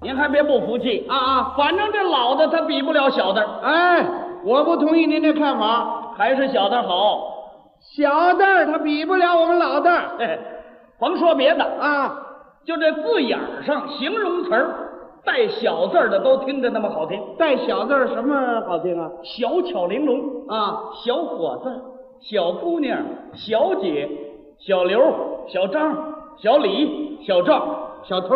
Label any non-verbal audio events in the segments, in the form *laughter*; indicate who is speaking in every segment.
Speaker 1: 您还别不服气
Speaker 2: 啊啊！
Speaker 1: 反正这老的他比不了小的，
Speaker 2: 哎，我不同意您这看法。
Speaker 1: 还是小的好。
Speaker 2: 小蛋儿他比不了我们老蛋儿
Speaker 1: 嘿嘿甭说别的，
Speaker 2: 啊，
Speaker 1: 就这字眼儿上形容词儿带小字儿的都听着那么好听，
Speaker 2: 带小字儿什么好听啊？
Speaker 1: 小巧玲珑，
Speaker 2: 啊，
Speaker 1: 小伙子，小姑娘，小姐，小刘，小张，小李，小赵，
Speaker 2: 小偷，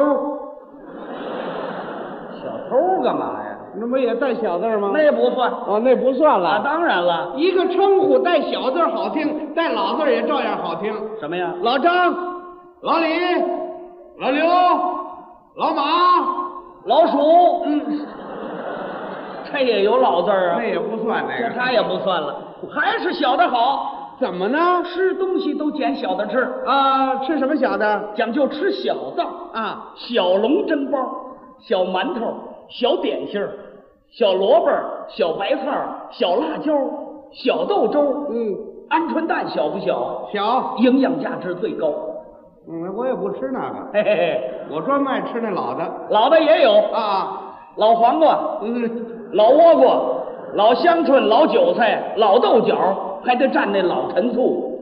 Speaker 1: 小偷干嘛呀？
Speaker 2: 那不也带小字儿吗？
Speaker 1: 那也不算
Speaker 2: 哦，那不算
Speaker 1: 啊，
Speaker 2: 了。
Speaker 1: 当然了，
Speaker 2: 一个称呼带小字儿好听，带老字儿也照样好听。
Speaker 1: 什么呀？
Speaker 2: 老张、老李、老刘、老马，
Speaker 1: 老鼠，嗯， *laughs* 这也有老字儿啊
Speaker 2: 那，也不算那
Speaker 1: 这
Speaker 2: 个。
Speaker 1: 他也不算了，还是小的好，
Speaker 2: 怎么呢？
Speaker 1: 吃东西都捡小的吃，
Speaker 2: 啊，吃什么小的？
Speaker 1: 讲究吃小的，
Speaker 2: 啊，
Speaker 1: 小笼蒸包、小馒头、小点心儿、小萝卜儿、小白菜儿、小辣椒儿、小豆粥儿，
Speaker 2: 嗯，
Speaker 1: 鹌鹑蛋小不小？
Speaker 2: 小，
Speaker 1: 营养价值最高，
Speaker 2: 嗯，我也不吃那个，
Speaker 1: 嘿嘿嘿，
Speaker 2: 我专卖吃那老的。
Speaker 1: 老的也有，
Speaker 2: 啊，
Speaker 1: 老黄瓜、
Speaker 2: 嗯，
Speaker 1: 老倭瓜、老香椿、老韭菜、老豆角，还得蘸那老陈醋。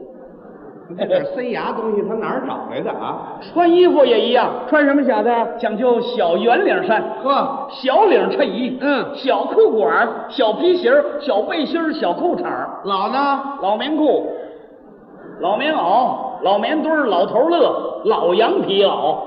Speaker 2: 这 *laughs* 点塞牙东西，他哪儿找来的啊？
Speaker 1: 穿衣服也一样，
Speaker 2: 穿什么小的？
Speaker 1: 讲究小圆领衫、
Speaker 2: 呵，
Speaker 1: 小领衬衣，
Speaker 2: 嗯
Speaker 1: 小裤管儿、小皮鞋儿、小背心儿、小裤衩儿
Speaker 2: 老呢？
Speaker 1: 老棉裤、老棉袄、老棉墩儿、老头乐、老羊皮袄，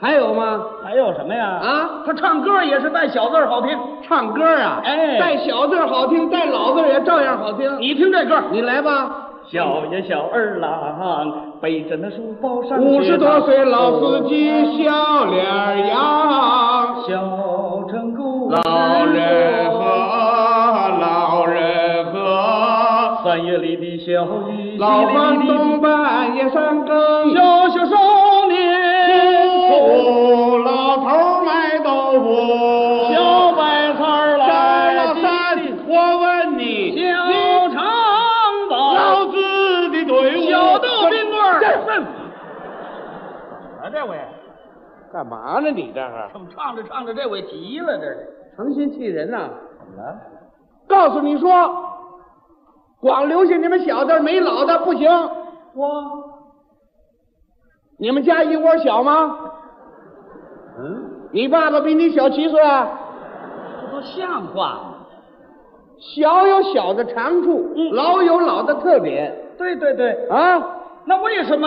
Speaker 2: 还有吗？
Speaker 1: 还有什么呀？
Speaker 2: 啊，
Speaker 1: 他唱歌也是带小字儿好听。
Speaker 2: 唱歌啊，
Speaker 1: 哎
Speaker 2: 带小字儿好听，带老字儿也照样好听。
Speaker 1: 你听这歌儿，
Speaker 2: 你来吧，
Speaker 1: 小呀小二郎背着那书包上
Speaker 2: 五
Speaker 1: 学
Speaker 2: 十多
Speaker 1: 堂
Speaker 2: 岁老司机，小脸扬，
Speaker 1: 小城故事
Speaker 2: 老人
Speaker 1: 多
Speaker 2: 和老人和。
Speaker 1: 三月里的小雨，
Speaker 2: 老房
Speaker 1: 房
Speaker 2: 东半夜三更，
Speaker 1: 小小少年从
Speaker 2: 哦，老头儿卖豆腐，
Speaker 1: 小白菜儿
Speaker 2: 山
Speaker 1: 来
Speaker 2: 老三，我问你，你
Speaker 1: 小肠
Speaker 2: 老
Speaker 1: 宝，
Speaker 2: 子的队伍，
Speaker 1: 小豆冰棍儿。
Speaker 2: 啊，这位干嘛呢？你这是
Speaker 1: 怎么唱着唱着这位急了？这是
Speaker 2: 成心气人呐！
Speaker 1: 怎么了？
Speaker 2: 告诉你说，光留下你们小的没老的不行，
Speaker 1: 我
Speaker 2: 你们家一窝小吗？
Speaker 1: 嗯，
Speaker 2: 你爸爸比你小七岁啊，
Speaker 1: 这都像话吗？
Speaker 2: 小有小的长处，
Speaker 1: 嗯
Speaker 2: 老有老的特点。
Speaker 1: 对对对，
Speaker 2: 啊，
Speaker 1: 那为什么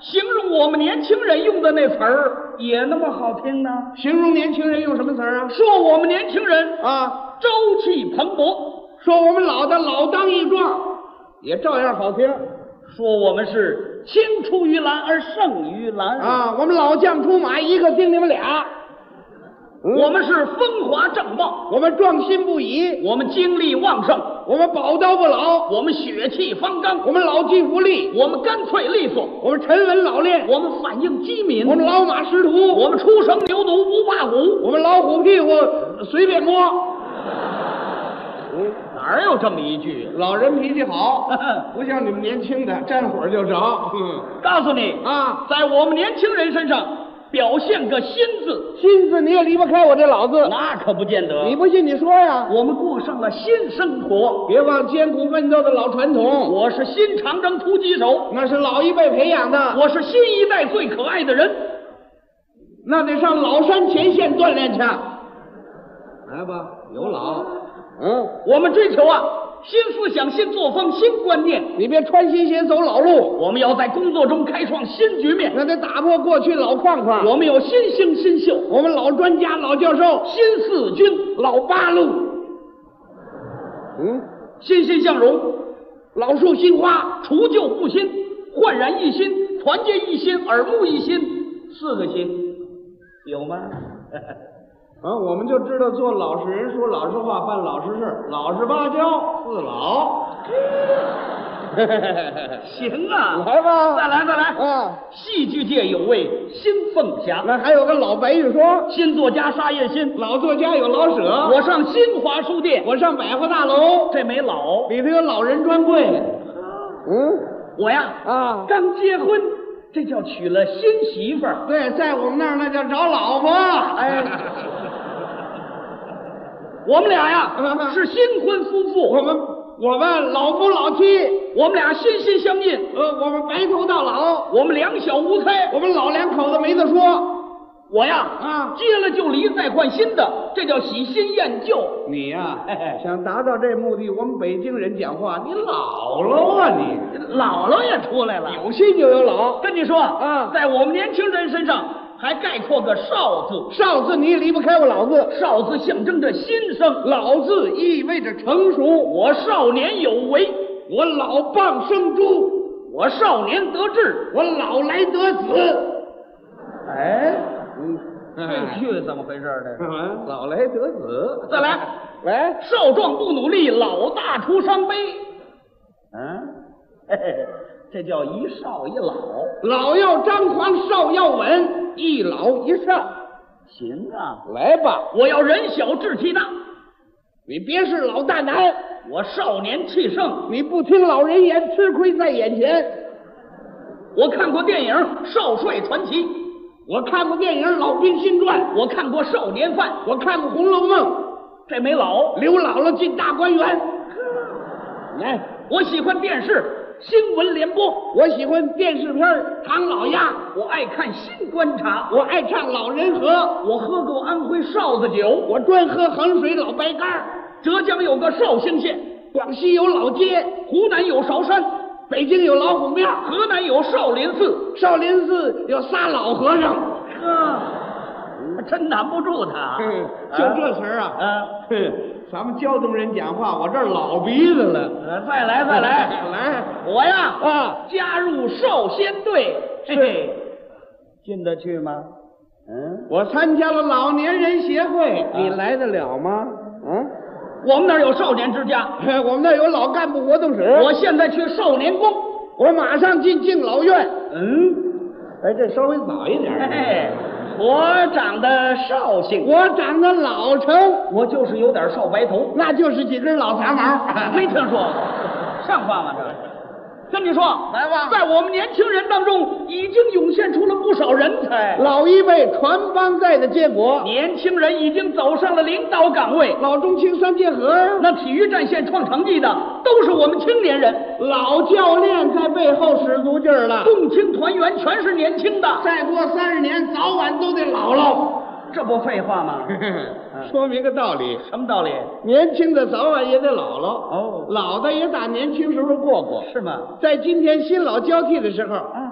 Speaker 1: 形容我们年轻人用的那词儿也那么好听呢？
Speaker 2: 形容年轻人用什么词儿啊？
Speaker 1: 说我们年轻人
Speaker 2: 啊，
Speaker 1: 朝气蓬勃，
Speaker 2: 说我们老的老当益壮，也照样好听
Speaker 1: 说我们是青出于蓝而胜于蓝，
Speaker 2: 啊。我们老将出马，一个顶你们俩。
Speaker 1: 我们是风华正茂，
Speaker 2: 我们壮心不已，
Speaker 1: 我们精力旺盛，
Speaker 2: 我们宝刀不老，
Speaker 1: 我们血气方刚，
Speaker 2: 我们老骥伏枥，
Speaker 1: 我们干脆利索，
Speaker 2: 我们沉稳老练，
Speaker 1: 我们反应机敏，
Speaker 2: 我们老马识途，
Speaker 1: 我们初生牛犊不怕虎，
Speaker 2: 我们老虎屁股随便摸。
Speaker 1: 哪儿有这么一句？啊
Speaker 2: 老人脾气好，不像你们年轻的沾火就着。嗯
Speaker 1: 告诉你，
Speaker 2: 啊，
Speaker 1: 在我们年轻人身上表现个“新”字，
Speaker 2: 心思你也离不开我这老字，
Speaker 1: 那可不见得。
Speaker 2: 你不信你说呀。
Speaker 1: 我们过上了新生活，
Speaker 2: 别忘艰苦奋斗的老传统，
Speaker 1: 我是新长征突击手，
Speaker 2: 那是老一辈培养的，
Speaker 1: 我是新一代最可爱的人。
Speaker 2: 那得上老山前线锻炼去。来吧，有老，嗯，
Speaker 1: 我们追求啊，新思想、新作风、新观念。
Speaker 2: 你别穿新鞋走老路，
Speaker 1: 我们要在工作中开创新局面。
Speaker 2: 那得打破过去老框框。
Speaker 1: 我们有新星、新秀、
Speaker 2: 我们老专家、老教授、
Speaker 1: 新四军、
Speaker 2: 老八路，嗯，
Speaker 1: 欣欣向荣，
Speaker 2: 老树新花，
Speaker 1: 除旧布新，焕然一新，团结一心，耳目一新，四个新，有吗？
Speaker 2: 啊，我们就知道做老实人，说老实话，办老实事，老实巴交，四老。
Speaker 1: 行啊，
Speaker 2: 来吧
Speaker 1: 再来再来。
Speaker 2: 啊，
Speaker 1: 戏剧界有位新凤霞，
Speaker 2: 那还有个老白玉霜，
Speaker 1: 新作家沙叶新，
Speaker 2: 老作家有老舍，
Speaker 1: 我上新华书店，
Speaker 2: 我上百货大楼，
Speaker 1: 这没老，
Speaker 2: 里头有老人专柜。嗯
Speaker 1: 我呀
Speaker 2: 啊，
Speaker 1: 刚结婚，这叫娶了新媳妇儿。
Speaker 2: 对，在我们那儿那叫找老婆。
Speaker 1: 哎，我们俩
Speaker 2: *laughs*
Speaker 1: 呀是新婚夫
Speaker 2: 我
Speaker 1: 妇，
Speaker 2: 们我们老夫老妻，
Speaker 1: 我们俩心心相印，
Speaker 2: 呃，我们白头到老，
Speaker 1: 我们两小无猜。
Speaker 2: 我们老两口子没得说。
Speaker 1: 我呀，
Speaker 2: *laughs* 啊
Speaker 1: 结了就离，再换新的，这叫喜新厌旧。
Speaker 2: 你呀、
Speaker 1: 嘿嘿
Speaker 2: 想达到这目的，我们北京人讲话，你老了啊你。
Speaker 1: 姥姥也出来了，
Speaker 2: 有新就有老，
Speaker 1: 跟你说，
Speaker 2: 啊
Speaker 1: 在我们年轻人身上还概括个少字，
Speaker 2: 少字你也离不开我老字，
Speaker 1: 少字象征着新生，
Speaker 2: 老字意味着成熟，
Speaker 1: 我少年有为，
Speaker 2: 我老蚌生珠，
Speaker 1: 我少年得志。
Speaker 2: 我老来得子。
Speaker 1: 哎，
Speaker 2: 嗯，
Speaker 1: 这句怎么回事儿？这是
Speaker 2: 老来得子，
Speaker 1: 嗯再来，
Speaker 2: 来，
Speaker 1: 少壮不努力，老大徒伤悲。
Speaker 2: 嗯，
Speaker 1: 嘿嘿，啊 *laughs* 这叫一少一老。
Speaker 2: 老要张狂，少要稳，一老一少，
Speaker 1: 行啊，
Speaker 2: 来吧，
Speaker 1: 我要人小志气大，
Speaker 2: 你别是老大难，
Speaker 1: 我少年气盛。
Speaker 2: 你不听老人言，吃亏在眼前。
Speaker 1: 我看过电影《少帅传奇》，
Speaker 2: 我看过电影《老兵新传》，
Speaker 1: 我看过《少年犯》，
Speaker 2: 我看过《红楼梦》，
Speaker 1: 这没老。
Speaker 2: 刘姥姥进大观园。来。
Speaker 1: 我喜欢电视新闻联播，
Speaker 2: 我喜欢电视片《唐老鸭》，
Speaker 1: 我爱看《新观察》，
Speaker 2: 我爱唱《老人和》，
Speaker 1: 我喝过安徽哨子酒。
Speaker 2: 我专喝衡水老白干儿
Speaker 1: 浙江有个绍兴县，
Speaker 2: 广西有老街，
Speaker 1: 湖南有韶山，
Speaker 2: 北京有老虎庙，
Speaker 1: 河南有少林寺。
Speaker 2: 少林寺有仨老和尚。
Speaker 1: 呵，真难不住 *laughs* 他
Speaker 2: *laughs* 就这词儿啊，
Speaker 1: 啊！
Speaker 2: 哼，咱们胶东人讲话，我这儿老鼻子了。
Speaker 1: 呃再来再 *laughs* 来，
Speaker 2: 来
Speaker 1: 我呀，
Speaker 2: 啊！
Speaker 1: 加入少先队，嘿嘿，进得去吗？嗯，
Speaker 2: 我参加了老年人协会，你来得了吗？嗯，
Speaker 1: 我们那儿有少年之家，
Speaker 2: 我们那儿有老干部活动室，
Speaker 1: 我现在去少年宫。
Speaker 2: 我马上进敬老院。
Speaker 1: 嗯，
Speaker 2: 哎，这稍微早一点
Speaker 1: 嘿嘿，我长得绍兴，
Speaker 2: 我长得老成，
Speaker 1: 我就是有点少白头。
Speaker 2: 那就是几根老杂毛。
Speaker 1: 哎没听说过，像话吗？这跟你说，
Speaker 2: 来吧
Speaker 1: 在我们年轻人当中，已经涌现出了不少人才，
Speaker 2: 老一辈传帮带的结果，
Speaker 1: 年轻人已经走上了领导岗位。
Speaker 2: 老中青三结合，
Speaker 1: 那体育战线创成绩的都是我们青年人，
Speaker 2: 老教练在背后使足劲儿了。
Speaker 1: 共青团员全是年轻的，
Speaker 2: 再过三十年，早晚都得老了。
Speaker 1: 这不废话吗？
Speaker 2: *laughs* 说明个道理，
Speaker 1: 什么道理？
Speaker 2: 年轻的早晚也得老了。
Speaker 1: 哦
Speaker 2: 老的也打年轻时候过过。
Speaker 1: 是吗？
Speaker 2: 在今天新老交替的时候，
Speaker 1: 啊，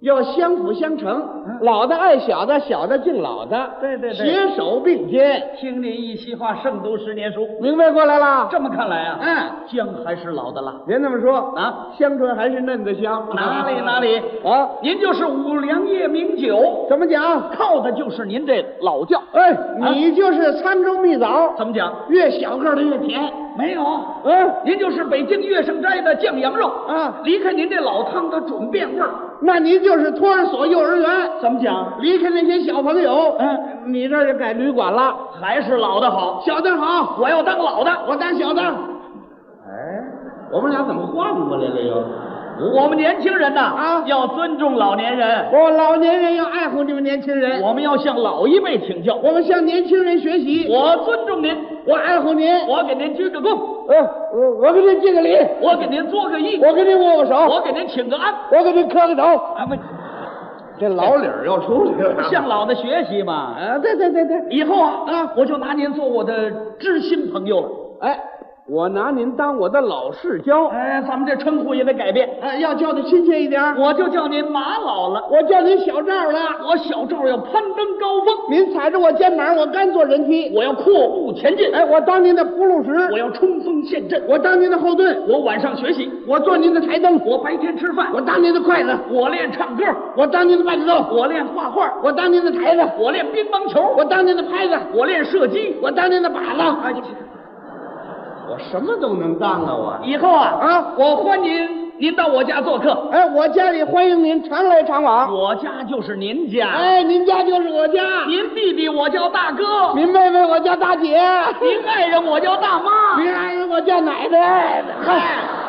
Speaker 2: 要相辅相成，老的爱小的，小的敬老的，
Speaker 1: 嗯对对对
Speaker 2: 携手并肩，
Speaker 1: 听您一席话胜读十年书。
Speaker 2: 明白过来了？
Speaker 1: 这么看来啊，
Speaker 2: 嗯，
Speaker 1: 姜还是老的辣
Speaker 2: 别那么说，
Speaker 1: 啊！
Speaker 2: 香椿还是嫩的香。
Speaker 1: 哪里哪里，
Speaker 2: 啊？
Speaker 1: 您就是五粮液名酒，
Speaker 2: 怎么讲？
Speaker 1: 靠的就是您这老窖。
Speaker 2: 哎，
Speaker 1: 啊
Speaker 2: 你就是沧州蜜枣，
Speaker 1: 怎么讲？
Speaker 2: 越小个儿的越甜。
Speaker 1: 没有，
Speaker 2: 嗯，
Speaker 1: 您就是北京月盛斋的酱羊肉
Speaker 2: 啊
Speaker 1: 离开您这老汤的准变味儿。
Speaker 2: 那你就是托儿所、幼儿园，
Speaker 1: 怎么讲？
Speaker 2: 离开那些小朋友，
Speaker 1: 嗯，
Speaker 2: 你这儿就改旅馆了。
Speaker 1: 还是老的好。
Speaker 2: 小的好，
Speaker 1: 我要当老的。
Speaker 2: 我当小的。
Speaker 1: 哎，
Speaker 2: 我们俩怎么换过来了又？
Speaker 1: 我们年轻人呐，
Speaker 2: 啊
Speaker 1: 要尊重老年人，
Speaker 2: 我老年人要爱护你们年轻人，
Speaker 1: 我们要向老一辈请教。
Speaker 2: 我们向年轻人学习。
Speaker 1: 我尊重您，
Speaker 2: 我爱护您。
Speaker 1: 我给您鞠个躬，
Speaker 2: 呃，我我给您敬个礼，
Speaker 1: 我给您作个揖，
Speaker 2: 我给您握握手，
Speaker 1: 我给您请个安。
Speaker 2: 我给您磕个头。
Speaker 1: 啊，不，
Speaker 2: 这老理儿要出来了
Speaker 1: 向老的学习嘛。
Speaker 2: 啊，对对对对，
Speaker 1: 以后啊啊，我就拿您做我的知心朋友了。
Speaker 2: 哎，我拿您当我的老世交，
Speaker 1: 哎，咱们这称呼也得改变，
Speaker 2: 哎，要叫的亲切一点儿。
Speaker 1: 我就叫您马老了。
Speaker 2: 我叫您小赵了，
Speaker 1: 我小赵要攀登高峰，
Speaker 2: 您踩着我肩膀，我甘做人梯。
Speaker 1: 我要阔步前进，
Speaker 2: 哎，我当您的铺路
Speaker 1: 我
Speaker 2: 石，
Speaker 1: 要冲锋陷阵，
Speaker 2: 我当您的后盾，
Speaker 1: 我晚上学习，
Speaker 2: 我做您的台灯，
Speaker 1: 我白天吃饭，
Speaker 2: 我当您的筷子，
Speaker 1: 我练唱歌，
Speaker 2: 我当您的伴奏，
Speaker 1: 我练画画，
Speaker 2: 我当您的台子，
Speaker 1: 我练乒乓球，
Speaker 2: 我当您的拍子，
Speaker 1: 我练射击。
Speaker 2: 我当您的靶子。
Speaker 1: 哎，
Speaker 2: 我什么都能当啊我。
Speaker 1: 以后啊
Speaker 2: 啊
Speaker 1: 我欢迎您到我家做客，
Speaker 2: 哎，我家里欢迎您常来常往。
Speaker 1: 我家就是您家，
Speaker 2: 哎，您家就是我家，
Speaker 1: 您弟弟我叫大哥，
Speaker 2: 您妹
Speaker 1: *laughs*
Speaker 2: 妹我叫大姐。
Speaker 1: 您爱人我叫大妈。
Speaker 2: 哎
Speaker 1: 哎
Speaker 2: 您爱人我叫奶奶。嗨，